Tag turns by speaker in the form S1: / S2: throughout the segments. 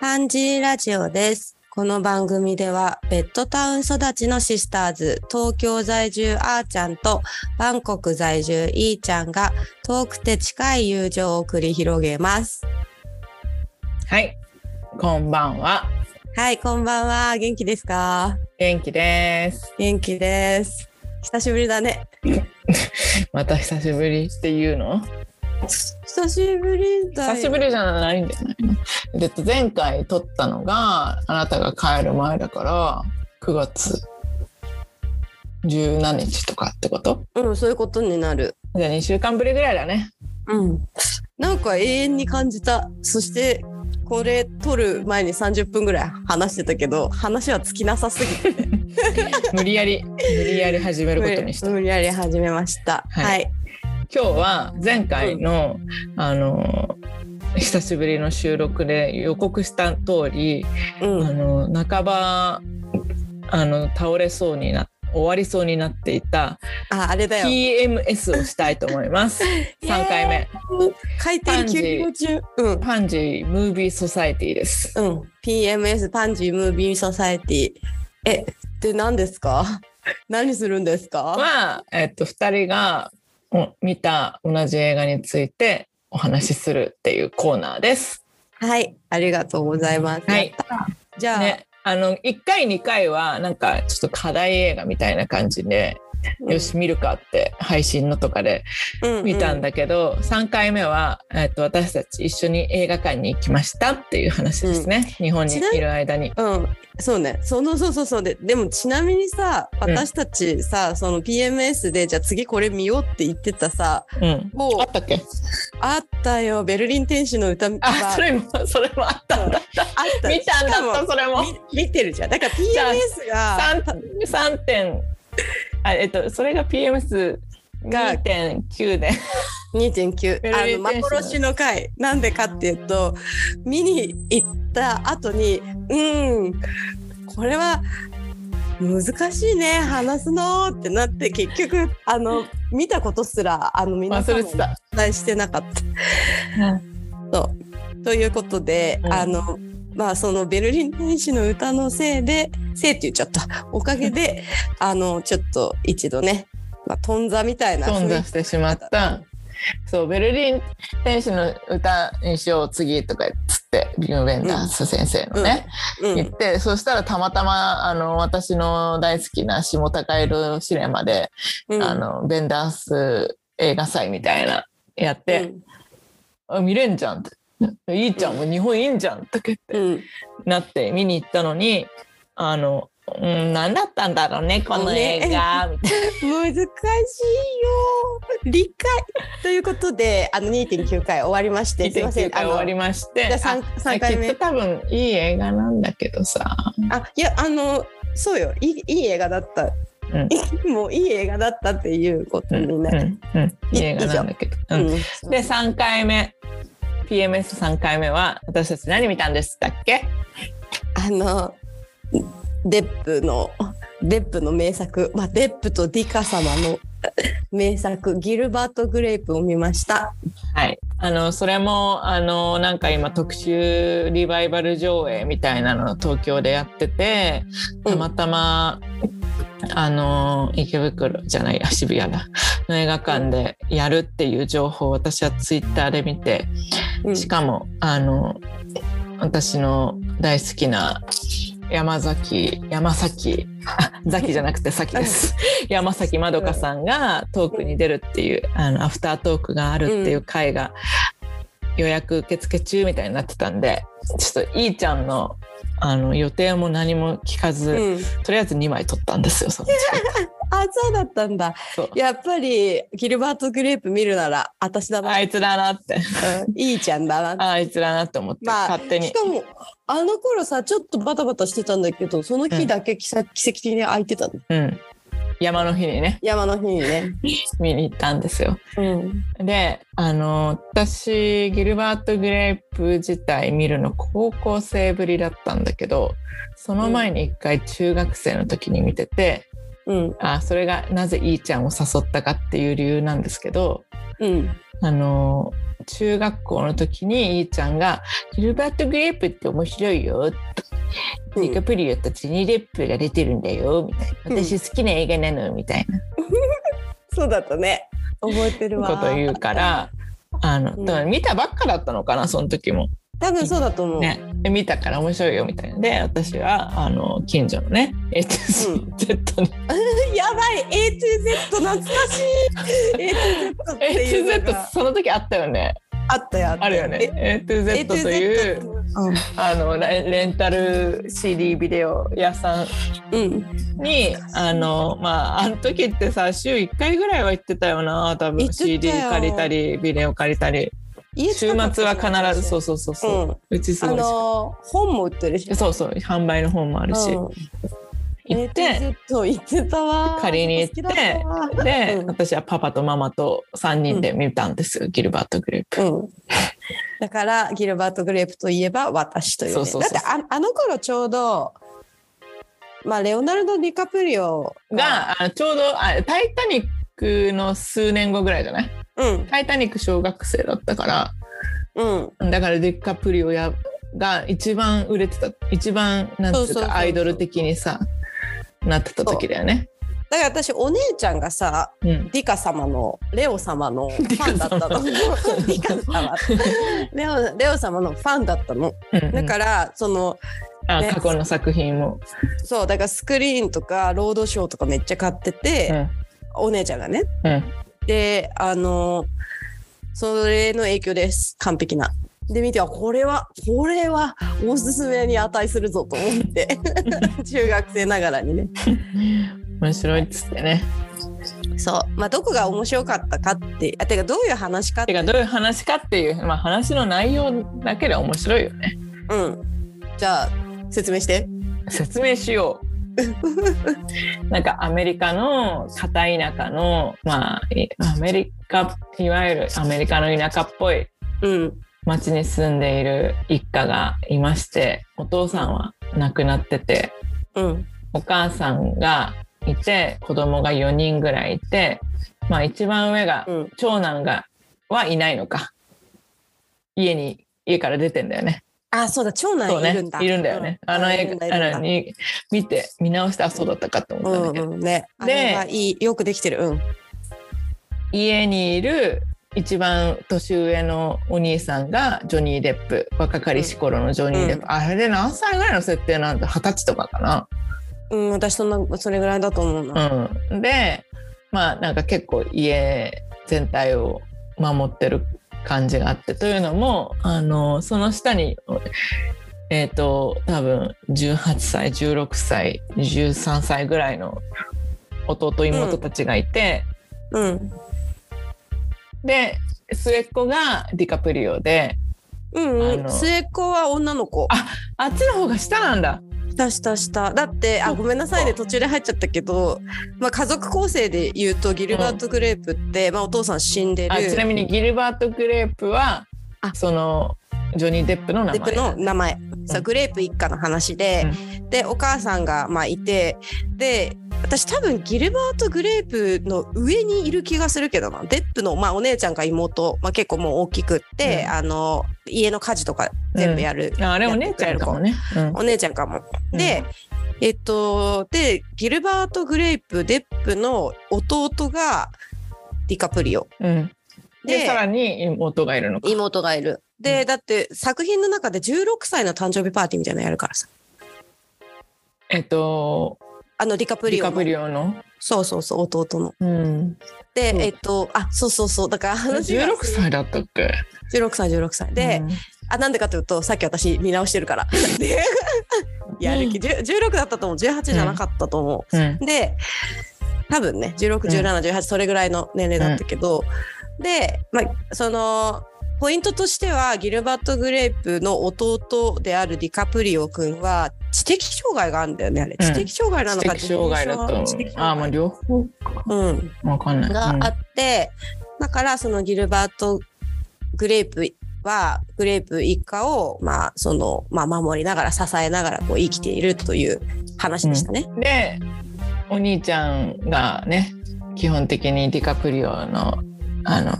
S1: パンジーラジオです。この番組ではベッドタウン育ちのシスターズ東京在住あーちゃんとバンコク在住いーちゃんが遠くて近い友情を繰り広げます。
S2: はい、こんばんは。
S1: はい、こんばんは。元気ですか
S2: 元気です。
S1: 元気です。久しぶりだね。
S2: また久しぶりっていうの
S1: 久しぶりだよ。
S2: 久しぶりじゃないんじゃないので前回撮ったのが、あなたが帰る前だから、9月17日とかってこと
S1: うん、そういうことになる。
S2: じゃあ2週間ぶりぐらいだね。
S1: うん。なんか永遠に感じた。そして、これ撮る前に30分ぐらい話してたけど、話は尽きなさすぎて。
S2: 無理やり、無理やり始めることにした。
S1: 無理やり始めました。
S2: はい
S1: はい。
S2: 今日は前回の、あの、久しぶりの収録で予告した通り、
S1: う
S2: あ
S1: ん。
S2: の半ばあの倒れそうにな終わりそうになっていた
S1: あ、あれだよ。
S2: PMS をしたいと思います 3回目
S1: 回
S2: パ
S1: 転
S2: ンジ
S1: 休
S2: ー
S1: 業中。うん。
S2: パンジームービーソサエティです
S1: うん。PMS パンジームービーソサエティ。え、って何ですか 何するんですか
S2: は、えっと、2人がお見た同じ映画についてお話しするっていうコーナーです
S1: はい。ありがとうございます。
S2: はい
S1: やった。じゃあ、
S2: ねあの1回2回はなんかちょっと課題映画みたいな感じで、
S1: うん
S2: よ、し見るかって配信のとかで
S1: う
S2: 見たんだけど、3回目は、えっと私たち一緒に映画館に行きましたっていう話ですね、日本に
S1: ちなみ
S2: いる間に。
S1: うん、そうね。そのそうそうそうで、でもちなみにさ、
S2: ん
S1: 私たちさ、その PMS でじゃあ次これ見ようって言ってたさ、
S2: うん、
S1: もう
S2: あったっけ
S1: あったよ。ベルリン天使の歌は
S2: あそれも それもあったんだ
S1: あった。
S2: 見た
S1: し
S2: んだ
S1: か
S2: っ
S1: も
S2: たそれも。
S1: み見てるじゃん。だから PMS が
S2: 三三点あえっとそれが PMS
S1: が
S2: が2.9でベ
S1: 2.9
S2: ル
S1: あ
S2: リ
S1: の
S2: ン天使の
S1: 幻の回なんでかっていうと見に行った後にうんこれは難しいね話すのってなって結局あの見たことすらあの皆さん
S2: 忘れ
S1: も
S2: てた。
S1: お伝えしてなかった。ということで、
S2: うん
S1: あのまあそのベルリン天使の歌のせいでせいって言っちゃったおかげであのちょっと一度ね、まあ、頓挫みたいな
S2: 頓挫してしまった。そうベルリン天使の歌にしよう次とかつってビュン・ウェンダース先生のね、
S1: うん
S2: 行って、そしたらたまたまあの私の大好きな下高井戸シネマで、
S1: うん
S2: あのベンダース映画祭みたいなやって、あ見れんじゃんって。いいじゃん、もう日本いいんじゃんとか言っ
S1: う
S2: て、
S1: んうん
S2: なって見に行ったのにあの、うん、何だったんだろうねこの映画、 みた
S1: 難し
S2: い
S1: いよ理解ということであの2.9回終わりましてすい
S2: な
S1: ませ
S2: 2.9
S1: ん
S2: 回終わり
S1: ま
S2: まして
S1: じゃあ三三回目
S2: きっと多分いい映画なんだけどさ
S1: あいやあのそうよいいいい映画だった、もういい映画だったっていうこと
S2: うん
S1: になる、
S2: うんうんいい映画なんだけど。うん
S1: うん
S2: で3回目 PMS3 回目は私たち何見たんでしたっけ
S1: あのデップのデップの名作、まあ、デップとディカ様の名作「ギルバート・グレープ」を見ました。
S2: はいあのそれもあのなんか今特集リバイバル上映みたいなのを東京でやってて
S1: うん
S2: たまたま、あの池袋じゃないや渋谷だの映画館でやるっていう情報を私はツイッターで見て
S1: うん
S2: しかもあの私の大好きな山崎山崎 あザキじゃなくてさき です山崎まどかさんがトークに出るっていうあのアフタートークがあるっていう回が予約受付中みたいになってたんでちょっといーちゃんのあの予定も何も聞かず、
S1: うん、
S2: とりあえず2枚取ったんです よその時
S1: あそうだったんだ
S2: そう
S1: やっぱりギルバート・グレープ見るなら私だな、
S2: あいつらなって
S1: うんいいちゃんだな
S2: あいつらなって思って、
S1: まあ
S2: 勝手に
S1: しかもあの頃さちょっとバタバタしてたんだけどその日だけ奇跡奇跡的に空いてたの
S2: うん山の日にね
S1: 山の日にね。
S2: 見に行ったんですよ
S1: うん
S2: であの私ギルバート・グレープ自体見るの高校生ぶりだったんだけどその前に一回中学生の時に見てて、
S1: うん
S2: あそれがなぜいーちゃんを誘ったかっていう理由なんですけど
S1: うん
S2: あの中学校の時にいいちゃんが「ギルバート・グレープって面白いよ」と「ディカプリオとジェニー・デップが出てるんだよ」みたいな「
S1: うん
S2: 私好きな映画なの」みたい
S1: そうだったね。覚えてる
S2: な
S1: わ。
S2: こと言うから。あの
S1: うん
S2: だから見たばっかだったのかなその時も、
S1: 多分そうだと思う。
S2: ね、で見たから面白いよみたいなんで私はあの近所のね HZ に
S1: やばい A to Z 懐かしい A to Z って いうの
S2: A2Z
S1: が
S2: その時あったよね
S1: あったよあった
S2: あるよね A2Z というあのレンレンタル CD ビデオ屋さん
S1: うん、うん、
S2: にあのまああの時ってさ週1回ぐらいは行ってたよな多
S1: 行
S2: 分
S1: ってたよ
S2: CD 借りたりビデオ借りたり
S1: 家
S2: 週末
S1: 近か
S2: は
S1: った
S2: 必
S1: し
S2: ずそうそうそ
S1: う
S2: うそう、
S1: ん
S2: うちす
S1: あ
S2: ごい
S1: のー本も売ってるし
S2: そうそう販売の本もあるし、
S1: うん、
S2: 行って、
S1: そう行ってたわ
S2: 借りに行って
S1: 好きだった わ
S2: で、
S1: うん
S2: 私はパパとママと3人で見たんですよ、ギルバートグレープ、
S1: うん、だからギルバート・グレープといえば私という,、ね、
S2: そうそうそう
S1: だってああの頃ちょうどまあレオナルド・ディカプリオ
S2: があのちょうどあ「タイタニック」の数年後ぐらいじゃない
S1: うん
S2: タイタニック小学生だったから
S1: うん
S2: だからディカプリオやが一番売れてた一番なん
S1: そ
S2: てい
S1: う
S2: う
S1: そうそうそう
S2: かアイドル的にさなってた時だよね。
S1: だから私お姉ちゃんがさ
S2: うん、
S1: ディカ様のレオ様のファンだったのディカ様レオレオ様のファンだったのだ
S2: ら
S1: からその
S2: あ、
S1: ね
S2: 過去の作品も、
S1: そうだからスクリーンとかロードショーとかめっちゃ買ってて、
S2: うん
S1: お姉ちゃんがね
S2: うん、
S1: であのそれの影響です完璧な。で見てはこれはこれはおすすめに値するぞと思って 中学生ながらにね
S2: 面白いっつってね。
S1: そうまあどこが面白かったかってあてかどういう話かってて
S2: かどういう話かっていう、まあ、話の内容だけで面白いよね。
S1: うんじゃあ説明して
S2: 説明しよ う。なんかアメリカの片田舎のまあいアメリカいわゆるアメリカの田舎っぽい
S1: うん
S2: 町に住んでいる一家がいましてお父さんは亡くなってて
S1: うん
S2: お母さんがいて子供が4人ぐらいいてまあ一番上が
S1: うん
S2: 長男がはいないのか家に家から出てんだよね。
S1: あそうだ長
S2: そう
S1: 男い
S2: ね
S1: るんだ、
S2: いるんだよね。
S1: うん
S2: あの
S1: い
S2: 映
S1: るんだ
S2: 画あ
S1: いるんだ
S2: のに見て見直してあそうだったかと思ったんだけど、
S1: うんうんねあ
S2: で
S1: れはいいよくできてるうん
S2: 家にいる一番年上のお兄さんがジョニー・デップ若かりし頃のジョニー・デップ、
S1: う
S2: あれで何歳ぐらいの設定なんだ二十歳とかか
S1: うん私そんなそれぐらいだと思うな
S2: な、うん、でまあなんか結構家全体を守ってる感じがあってというのもあのその下にえっ、と多分18歳16歳13歳ぐらいの弟妹たちがいて、
S1: うん
S2: で末っ子がディカプリオで。
S1: うん
S2: あ
S1: うん
S2: の
S1: 末っ子は女の子
S2: あっちの方が下なんだ。
S1: したしたしただって
S2: そ
S1: あ
S2: っか
S1: ごめんなさいね途中で入っちゃったけど、まあ、家族構成で言うとギルバート・グレープって、まあ、お父さん死んでる
S2: あちなみにギルバート・グレープは
S1: あ
S2: そのジョニー・デップの名
S1: デップ
S2: 前。
S1: の名前、そう
S2: うん
S1: グレープ一家の話で、でお母さんがまあいてで私多分ギルバート・グレープの上にいる気がするけどなデップの、まあ、お姉ちゃんか妹、まあ、結構もう大きくって、
S2: うん
S1: あの家の家事とか全部やる、
S2: ああれお姉ちゃんかもね。うん
S1: お姉ちゃんかも。で、えっと、で、ギルバート・グレイプ・デップの弟がディカプリオ。
S2: うんで
S1: で
S2: さらに妹がいるのか。
S1: 妹がいる。で、だって作品の中で16歳の誕生日パーティーみたいなのやるからさ。
S2: えっと
S1: あの、ディカプ
S2: デ
S1: リ
S2: ィ
S1: オ
S2: カ
S1: の
S2: プ。リオの。
S1: そうそうそう、弟の。
S2: うん、
S1: で、
S2: うん
S1: えっと、あ、そうそうそう。だから 話が
S2: 16歳だったっけ
S1: 16歳、16歳。で、
S2: うん
S1: あ、なんでかというと、さっき私見直してる から。で、やる気、10 16だったと思う。18じゃなかったと思う。
S2: うん
S1: で多分ね161718、18それぐらいの年齢だったけど、で、まあ、そのポイントとしてはギルバート・グレープの弟であるディカプリオ君は知的障害があるんだよねあれ
S2: うん
S1: 知的障害なの
S2: 知
S1: か
S2: 的障害だと思う
S1: 知的。
S2: ああまあ
S1: 障
S2: 両方
S1: 害うん
S2: わかんない。
S1: があ
S2: うん
S1: って、だからそのギルバート・グレープはグレープ一家を、まあそのまあ、守りながら支えながらこう生きているという話でしたね。
S2: でお兄ちゃんがね基本的にディカプリオのあの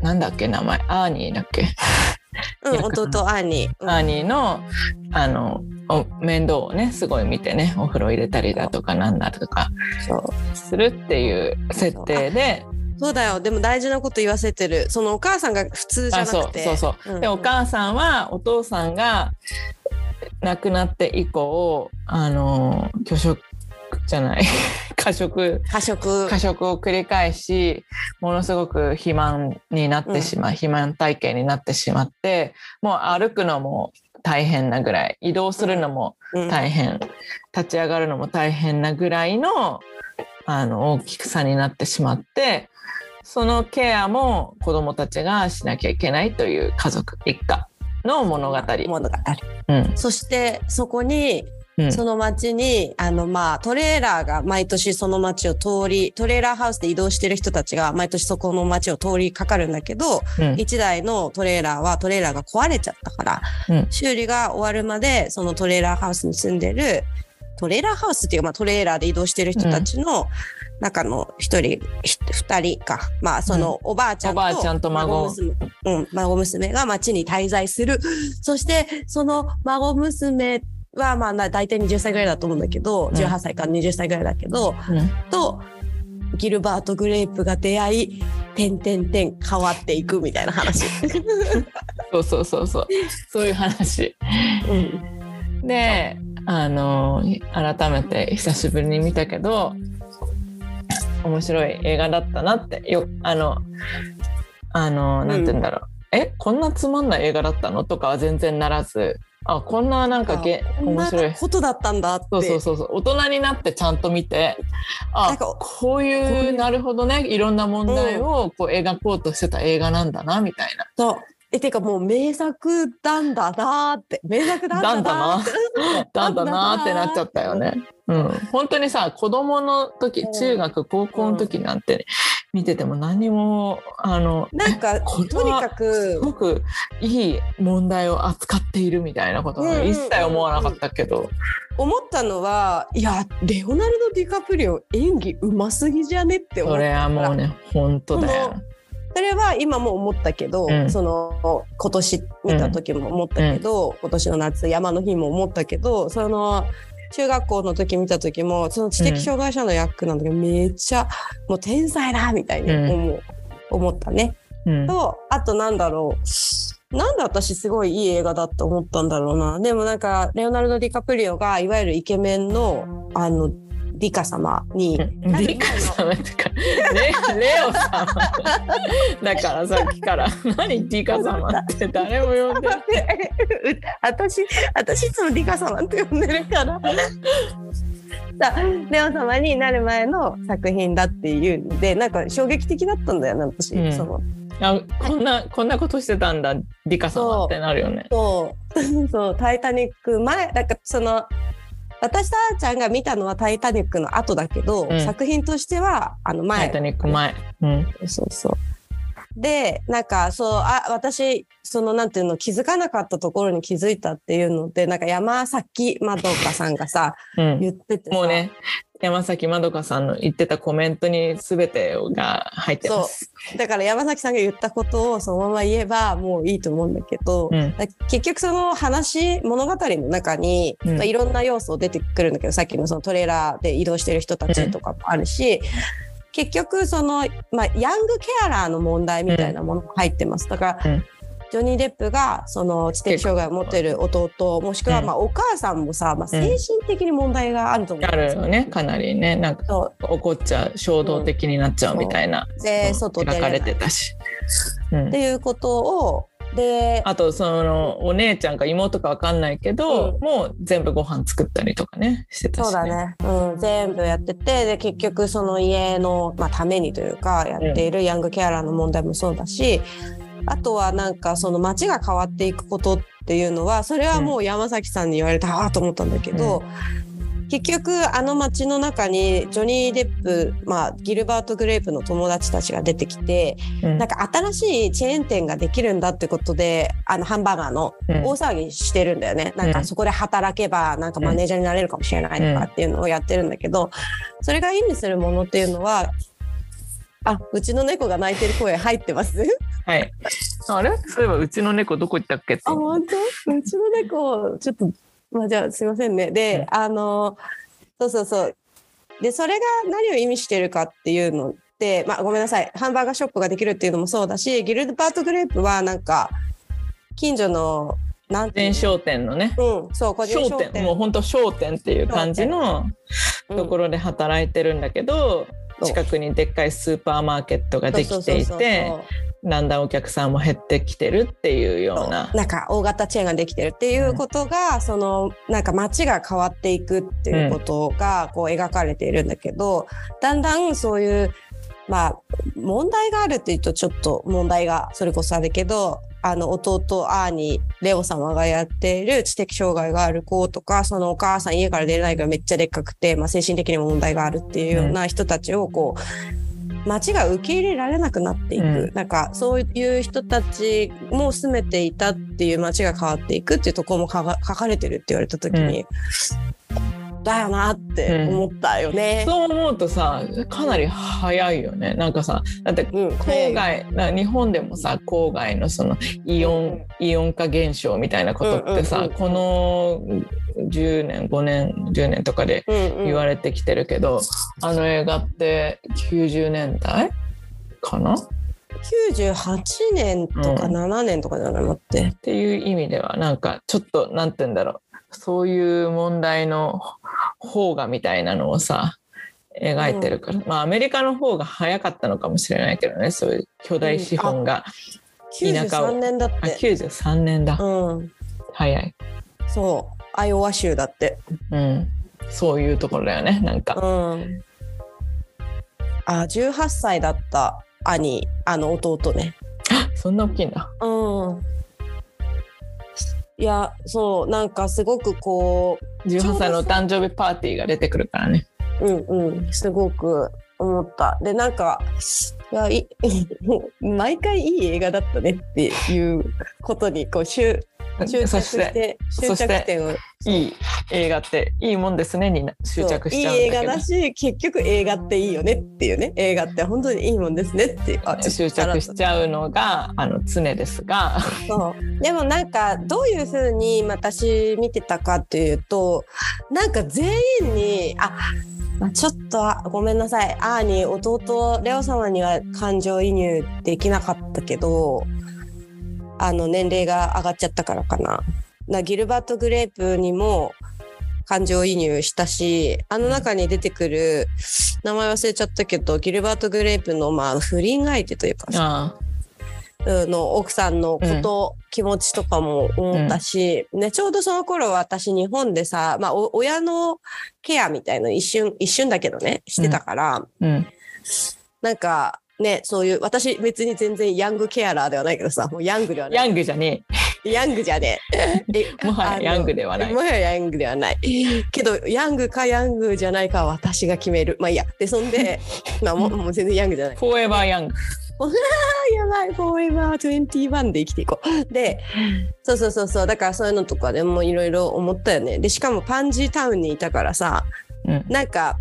S2: なんだっけ名前アーニーだっけ
S1: うん、弟兄。うん
S2: アーニーのあのお面倒をねすごい見てねお風呂入れたりだとかなんだとか
S1: そう
S2: するっていう設定で
S1: そうだよ。でも大事なこと言わせてる。そのお母さんが普通じゃ
S2: あ
S1: な
S2: そう
S1: くて。
S2: そうそう、
S1: うん
S2: でお母さんはお父さんが亡くなって以降あの拒食じゃない 過食
S1: 過食。
S2: 過食を繰り返しものすごく肥満になってしまう、肥満体型になってしまってもう歩くのも大変なぐらい移動するのも
S1: うん
S2: 大変、立ち上がるのも大変なぐらいのあの大きさになってしまってそのケアも子どもたちがしなきゃいけないという家族一家の物語。
S1: 物語。
S2: うん
S1: そしてそこに
S2: うん
S1: その町に、あのまあトレーラーが毎年その町を通りトレーラーハウスで移動してる人たちが毎年そこの町を通りかかるんだけど
S2: うん
S1: 1台のトレーラーはトレーラーが壊れちゃったから、
S2: うん
S1: 修理が終わるまでそのトレーラーハウスに住んでるトレーラーハウスっていう、まあ、トレーラーで移動してる人たちの中の一人、ひ二人か、まあ、そのおばあちゃんと,、
S2: おばあちゃんと孫
S1: 娘うん、孫娘が町に滞在する そしてその孫娘はまあな大体20歳ぐらいだと思うんだけど、
S2: ん
S1: 18歳から20歳ぐらいだけど
S2: うん
S1: とギルバート・グレープが出会い点点点変わっていくみたいな話。
S2: そうそうそうそうそういう話。
S1: うん
S2: であの改めて久しぶりに見たけど面白い映画だったなってよあのあのなんて言うんだろう、えこんなつまんない映画だったのとかは全然ならずあこんななんかげ
S1: こん
S2: 面
S1: な
S2: 白い
S1: ことだったんだって。
S2: そうそうそうそう大人になってちゃんと見て
S1: な
S2: あ
S1: んか
S2: こう
S1: こう
S2: い
S1: いうう
S2: なるほどねいろんな問題をこう描こうとしてた映画なんだなみたいな。
S1: そうえてかもう名作なんだなーって名作なんだ
S2: だんだ
S1: なー
S2: な
S1: って。
S2: だんだ なーってなっちゃったよね。うん、本当にさ子供の時
S1: うん
S2: 中学高校の時なんて見てても何もあの
S1: なんか
S2: これは
S1: とにか
S2: す
S1: く
S2: ごくいい問題を扱っているみたいなこと
S1: うんうん
S2: は
S1: うん
S2: 一切思わなかったけど、
S1: 思ったのはいやレオナルド・ディカプリオ演技うますぎじゃねって思
S2: そ
S1: っ
S2: れはもうね本当だよ
S1: こ。それは今も思ったけど、
S2: うん
S1: その今年見た時も思ったけど、今年の夏山の日も思ったけどその中学校の時見た時もその知的障害者の役なんだけど、めっちゃもう天才だみたいに思う、思ったね。
S2: うん
S1: とあとなんだろうなんで私すごいいい映画だって思ったんだろうなでもなんかレオナルド・ディカプリオがいわゆるイケメンのあのディカ様に、
S2: うん
S1: なんで
S2: リカ様ってかレレオ様だからさっきから何リカ様って誰も呼んでない
S1: 私私いつもリカ様って呼んでる からさレオ様になる前の作品だっていうんでなんか衝撃的だったんだよね私、
S2: うん
S1: その
S2: あこんなこんなことしてたんだリカ様ってなるよね。
S1: そう そう「タイタニック前」なんかその私とあーちゃんが見たのは「タイタニック」の後だけど、
S2: うん
S1: 作品としてはあの
S2: タ
S1: 前
S2: イタニック前。うん。
S1: そうそう。で、なんか、そう、あ、私、その、なんていうの、気づかなかったところに気づいたっていうので、なんか山崎まどかさんがさ、
S2: うん。
S1: 言っててさ
S2: もうね、山崎まどかさんの言ってたコメントに全てが入ってます。
S1: だから山崎さんが言ったことをそのまま言えばもういいと思うんだけど、
S2: うん
S1: だ結局その話物語の中に、
S2: うん
S1: まあいろんな要素出てくるんだけどさっきのそのトレーラーで移動してる人たちとかもあるし、結局その、まあ、ヤングケアラーの問題みたいなものも入ってます。だから、
S2: うん
S1: ジョニー・デップがその知的障害を持ってる弟もしくは
S2: うん
S1: まあお母さんもさ、まあ、精神的に問題があると思
S2: あ
S1: うんで
S2: る
S1: すよ
S2: よね、かなりね、なんか
S1: そう
S2: 怒っちゃう、衝動的になっちゃうみたいな。
S1: で
S2: うん
S1: 外出れ
S2: 描
S1: な
S2: か
S1: い
S2: れ
S1: って
S2: たし。うん
S1: ていうことをで
S2: あとそのお姉ちゃんか妹かわかんないけ
S1: う
S2: ど、
S1: ん
S2: もう全部ご飯作ったりとかねしてたし、
S1: そうだね、うん、全部やっててで結局その家の、まあ、ためにというかやっているヤングケアラーの問題もそうだし、あとはなんかその街が変わっていくことっていうのはそれはもう山崎さんに言われたああと思ったんだけど、結局あの街の中にジョニー・デップ、まあ、ギルバート・グレープの友達たちが出てきて
S2: うん
S1: なんか新しいチェーン店ができるんだってことであのハンバーガーの
S2: うん
S1: 大騒ぎしてるんだよね、なん
S2: う
S1: か
S2: ん
S1: そこで働けばなんかマネージャーになれるかもしれないとかっていうのをやってるんだけど、それが意味するものっていうのはあ、うちの猫が鳴いてる声入ってます。
S2: はい。あれそういえばうちの猫どこ行ったっけって
S1: あ、本当？うちの猫、ちょっと、まあ、じゃあ、すいませんね。で、あの、そうそうそう。で、それが何を意味してるかっていうのって、まあ、ごめんなさい。ハンバーガーショップができるっていうのもそうだし、ギルドバートグレープは、なんか、近所の、なんていう
S2: 全
S1: の
S2: 商店のね
S1: うん、そう、個人
S2: 商
S1: 商
S2: 店
S1: 店。
S2: もう本当商店っていう感じの
S1: うん
S2: ところで働いてるんだけど、
S1: そう
S2: 近くにでっかいスーパーマーケットができてい
S1: そうそうそう
S2: て
S1: そう
S2: だんだんお客さんも減ってきてるっていうような
S1: なんか大型チェーンができてるっていうことが、そのなんか街が変わっていくっていうことがこう描かれているんだけど、だんだんそういうまあ問題があるっていうとちょっと問題がそれこそあるけどあの弟アーニーレオ様がやっている知的障害がある子とかそのお母さん家から出れないからめっちゃでっかくて、まあ、精神的にも問題があるっていうような人たちをこう街が受け入れられなくなっていく、
S2: うん
S1: なんかそういう人たちも住めていたっていう街が変わっていくっていうところもかが書かれてるって言われた時に、だよなって思ったよね。
S2: そう思うとさかなり早いよねなんかさだって
S1: うん
S2: 郊外な日本でもさ郊外のそのイオン、イオン化現象みたいなことってさ、
S1: うんうんうん
S2: この10年5年10年とかで
S1: うんうん
S2: 言われてきてるけど、あの映画って90年代かなっ
S1: 98年とか
S2: うん
S1: 7年とかじゃないのって。
S2: ていう意味ではなんかちょっとなんて言うんだろうそういう問題の方がみたいなのをさ描いてるから、まあアメリカの方が早かったのかもしれないけどねそういう巨大資本が、田舎を
S1: 93年だっ
S2: あ
S1: て。
S2: 93年だ、
S1: うん。
S2: 早い、
S1: そう。アイオワ州だって。
S2: うん、そういうところだよねなん
S1: う
S2: か、
S1: ん。あ、18歳だった兄、あの弟ね。
S2: そんな大きいんだ
S1: うん。いや、そう、なんかすごくこ
S2: 18歳のお誕生日パーティーが出てくるからね
S1: う、うんうん、すごく思った。で、なんか、いや、い 毎回いい映画だったねっていうことに、こう、執執着
S2: そ
S1: し
S2: して
S1: て、
S2: そ
S1: 執
S2: して
S1: 着点を。
S2: いい映画っていいもんですねにな執着しちゃ
S1: そう
S2: うんだけど
S1: いい映画だし、結局映画っていいよねっていうね。映画って本当にいいもんですねっていう。あちょっと
S2: 執着しちゃうのがあの常ですが、
S1: そうでもなんかどういう風に私見てたかっていうとなんか全員にあまあちょっとあごめんなさいアーニー弟レオ様には感情移入できなかったけどあの年齢が上がっちゃったからかな。なギルバート・グレープにも感情移入したしあの中に出てくる名前忘れちゃったけどギルバート・グレープのまあ不倫相手というかさ
S2: あ
S1: の奥さんのこと、気持ちとかも思ったし、ね、ちょうどその頃私日本でさ、まあ、お親のケアみたいの一瞬一瞬だけどねしてたから、
S2: うん、
S1: なんかねそういう私別に全然ヤングケアラーではないけどさもうヤングではな
S2: ヤ
S1: い
S2: ングじゃね
S1: ヤングじゃねえ
S2: えもはやヤングではない
S1: もはやヤングではないけどヤングかヤングじゃないかは私が決めるまあいいやでそん で、まあ、もうもう全然ヤングじゃない
S2: フォーエバーヤング
S1: やばい、フォーエバー21で生きていこう。で、そうそうそうそう、だからそういうのとかでもいろいろ思ったよね。で、しかもパンジータウンにいたからさ、
S2: うん
S1: なんか、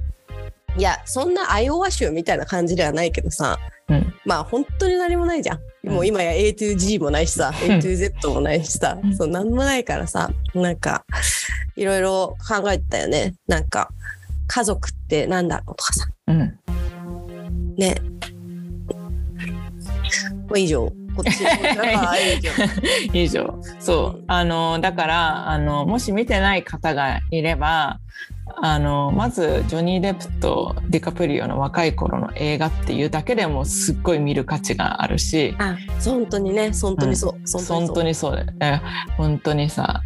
S1: いや、そんなアイオワ州みたいな感じではないけどさ、
S2: うん
S1: まあ本当に何もないじゃん。もう今や A to G もないしさ、
S2: うん
S1: A to Z もないしさ
S2: う、ん
S1: そう、なんもないからさ、なんか、いろいろ考えてたよね。なんか、家族ってなんだろうとかさ、
S2: うん
S1: ね。まあ、以上。こっち。なんか以上
S2: 以上そうあのだからあのもし見てない方がいればあのまずジョニー・デップとディカプリオの若い頃の映画っていうだけでもすっごい見る価値があるし
S1: あ、本当にね、本当にそう。
S2: 本当
S1: に
S2: にそうだよね本当にさ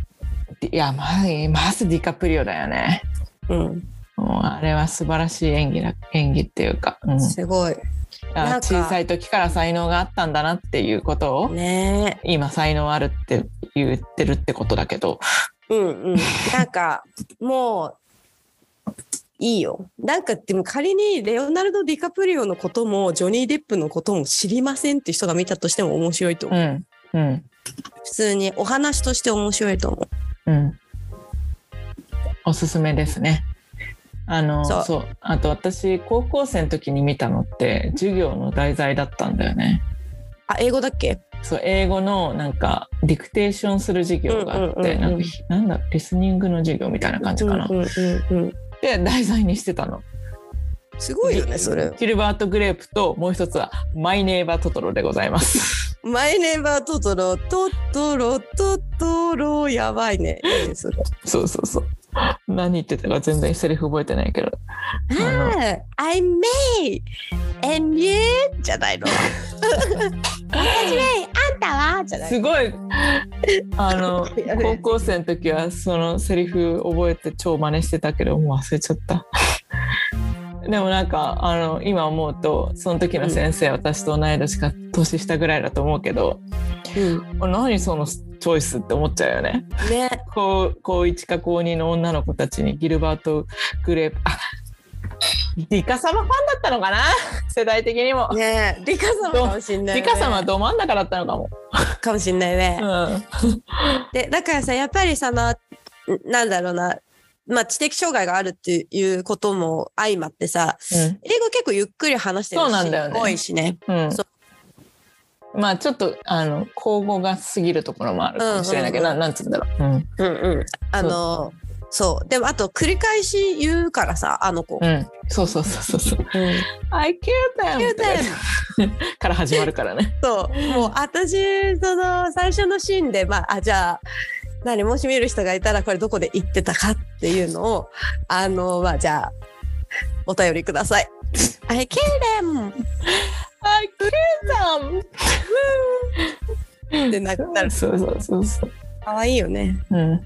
S2: いやまずまずディカプリオだよね
S1: そう。うん。
S2: もうあれは素晴らしい演技だ演技っていうか、うん、
S1: すごい。な
S2: あ
S1: んか
S2: 小さい時から才能があったんだなっていうことを
S1: ね
S2: 今才能あるって言ってるってことだけど、
S1: え。うんうん。なんか、もう、いいよ。なんか、でも仮にレオナルド・ディカプリオのことも、ジョニー・デップのことも知りませんって人が見たとしても面白いと
S2: う
S1: 思う。
S2: んうん
S1: 普通にお話として面白いと思う。
S2: うん、おすすめですね。あの
S1: そ
S2: そううあと私高校生の時に見たのって授業の題材だったんだよね。
S1: あ英語だっけ
S2: そう英語のなんかディクテーションする授業があって、
S1: うんうんうんうん
S2: なんかひなんだリスニングの授業みたいな感じかな。
S1: うんうんうんうん
S2: で題材にしてたの。
S1: すごいよねそれ
S2: キルバート・グレープともう一つは「マイ・ネイバー・トトロ」でございます。
S1: 「マイネーバートトロトトロトトロ」やばいねいいねそれ
S2: そうそうそう。何言ってたか全然セリフ覚えてないけど。あの
S1: ああ I may and you じゃないの私 may あんたはじゃない
S2: すごいあの
S1: やべえ
S2: 高校生の時はそのセリフ覚えて超真似してたけどもう忘れちゃった でもなんかあの今思うとその時の先生、私と同い年か年下ぐらいだと思うけど
S1: うん
S2: 何そのチョイスって思っちゃうよね
S1: ね
S2: 高高1か高2の女の子たちにギルバート・グレープあリカ様ファンだったのかな世代的にも、
S1: ねえリカ様かもしんない、ね、
S2: リカ様はど真ん中だったのかも、
S1: かもしんないね、
S2: うん、
S1: でだからさやっぱりそのんなんだろうなまあ知的障害があるっていうことも相まってさ英語結構ゆっくり話してるし
S2: そうなんだよね
S1: 多いしね
S2: うん
S1: そ
S2: まあちょっとあの口語が過ぎるところもあるかもしれないけど、
S1: うん
S2: ななんつうんだろう、う
S1: う
S2: ん
S1: んうんあのそうでもあと繰り返し言うからさあの子、
S2: うん、そうそうそうそうそう
S1: うん
S2: I killed them,
S1: Kill them
S2: から始まるからね
S1: そうもう私その最初のシーンでまああじゃあ何もし見る人がいたらこれどこで行ってたかっていうのをあのまあじゃあお便りください。I kill them!
S2: I killed them
S1: ってななる
S2: そうそうそうそう
S1: かわいいよね。
S2: うん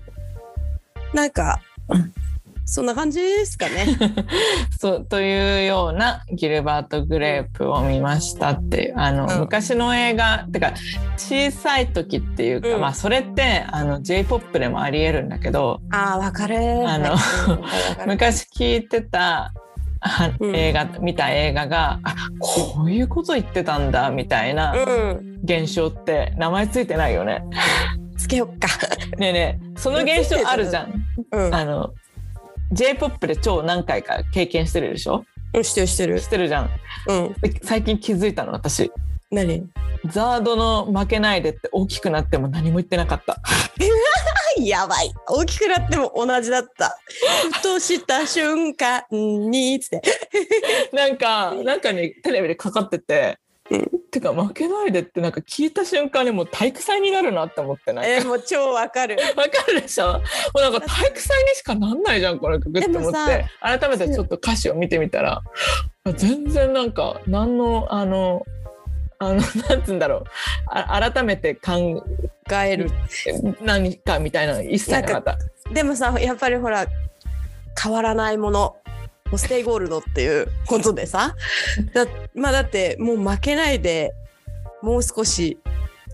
S1: なんかそんな感じですか ね。
S2: そうというようなギルバート・グレープを見ましたっていうあの、
S1: うん
S2: 昔の映画てか小さい時っていうか、
S1: うん
S2: まあそれってあの J−POP でもありえるんだけど、
S1: ああわかる。
S2: あ
S1: わかる
S2: の
S1: わかる
S2: 昔聞いてたあ
S1: うん
S2: 映画、見た映画があこういうこと言ってたんだみたいな
S1: うん
S2: 現象って名前ついてないよね。
S1: つけよっか。
S2: ねえねえその現象あるじゃん。
S1: うん
S2: あの J-POP で超何回か経験してるでしょ
S1: うんしてるしてる
S2: し。てるじゃん。
S1: うん
S2: で最近気づいたの私。
S1: 何？
S2: ザードの「負けないで」って大きくなっても何も言ってなかった。
S1: はい やばい大きくなっても同じだった。ふとした瞬間につって。
S2: なんか、なんかね、テレビでかかってて、
S1: うん
S2: てか、負けないでって、なんか聞いた瞬間にもう体育祭になるなって思ってない。
S1: え
S2: わ、
S1: ーもう超わかる。
S2: かるでしょもうなんか体育祭にしかなんないじゃん、これ曲って
S1: で
S2: 思
S1: も
S2: っ
S1: さ
S2: て、改めてちょっと歌詞を見てみたら、全然なんか、何の、あの、あの、 なんつうんだろう。あ改めて考
S1: ガエル。
S2: え、何かみたいなの一切なかった。
S1: でもさやっぱりほら変わらないもの。ホステイゴールドっていうことでさだまあだってもう負けないでもう少し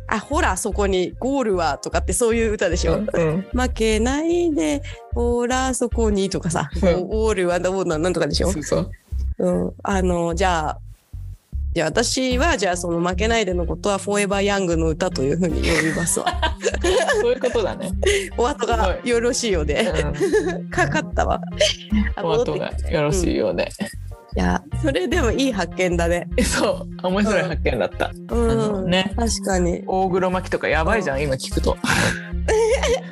S1: あほらそこにゴールはとかってそういう歌でしょ、
S2: うん
S1: 負けないでほらそこにとかさ、
S2: うん
S1: ゴールはどうなんなんとかでしょ
S2: そうそう。
S1: うん、あのじゃあじゃあ私はじゃあその負けないでのことはフォーエバーヤングの歌というふうに呼びます わ。
S2: そういうことだ ね。
S1: お後がよろしいようで、かかったわ。あ
S2: お後がよろし
S1: い。
S2: いようで。
S1: うんいやそれでもいい発見だね。
S2: そう面白い発見だった、あ
S1: う
S2: の
S1: ん、
S2: ね
S1: 確かに。
S2: 大黒摩季とかやばいじゃん今聞くと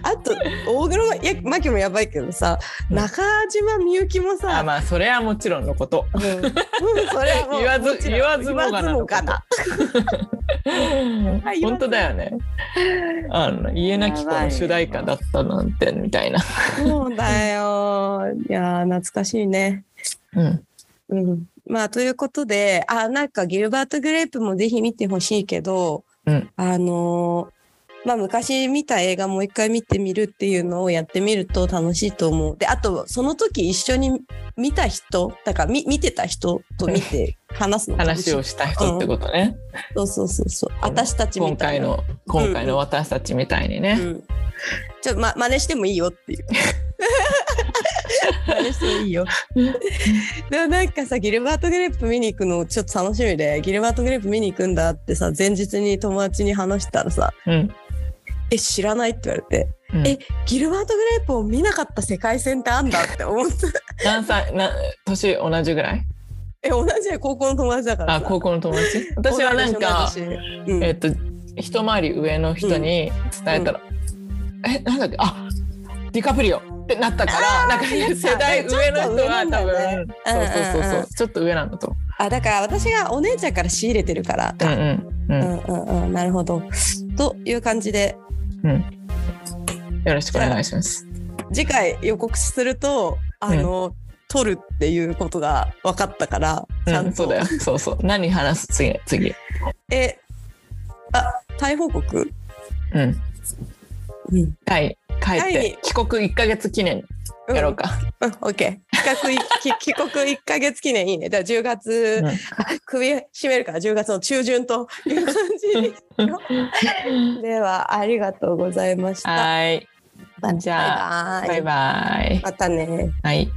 S1: あと大黒摩季もやばいけどさ
S2: うん
S1: 中島みゆきも
S2: あ
S1: さ、
S2: まあそれはもちろんのこと
S1: うん、うんそれはもう
S2: 言わず
S1: もちろん
S2: 言わずもがな
S1: 言わずもがな。 あ言わず
S2: 本当だよねあの家なき子の主題歌だったなんてみたいな、
S1: そうだよ。いやー懐かしいね。
S2: うん、
S1: うん、まあということであなんかギルバート・グレープもぜひ見てほしいけど、
S2: うん
S1: あのーまあ昔見た映画もう一回見てみるっていうのをやってみると楽しいと思う。であとその時一緒に見た人だからみ見てた人と見 て話すの楽しい
S2: 話をした人ってことね、
S1: そうそうそうそう私たちみ
S2: 今
S1: たい
S2: 回
S1: な。
S2: の今回の私たちみたいにね、
S1: うんちょま真似してもいいよっていう。真似してもいいよ。でもなんかさギルバート・グレープ見に行くのちょっと楽しみでギルバート・グレープ見に行くんだってさ前日に友達に話したらさ
S2: うん
S1: 「え知らない」って言われて
S2: うん
S1: え「ギルバート・グレープを見なかった世界線ってあんだ」って思って
S2: 何歳な年同じぐらい
S1: え同じや高校の友達だから
S2: あ
S1: さ
S2: 高校の友達私はなんか、
S1: 同い年同い年うん
S2: えっと一回り上の人に伝えたら「えなんだっけあディカプリオ!」ってなったからなんか
S1: やっぱ
S2: 世代上の人は
S1: ちょっと上なんだ
S2: 多
S1: よ
S2: 分そうそ
S1: う
S2: うそう
S1: んうん
S2: そううんちょっと上なんだと思
S1: あだから私がお姉ちゃんから仕入れてるから
S2: う。う
S1: か
S2: んうんう
S1: うんんうんうんなるほどという感じで
S2: よろしくお願いします。
S1: 次回予告するとあの、撮るっていうことが分かったからちゃ
S2: うんん、
S1: と、
S2: そうだよ。そうそう。何話す次次。
S1: えあタイ報告、
S2: うん。
S1: うん、
S2: はい。帰っ
S1: タイに
S2: て帰国一ヶ月記念やろうか。
S1: うん、オッケー。帰国い 帰帰国一ヶ月記念いいね。だから10月、
S2: うん
S1: 首絞めるから10月の中旬という感 じではありがとうございました。
S2: はい。じゃ
S1: バイバイ
S2: バイバイ。
S1: またね。
S2: はい。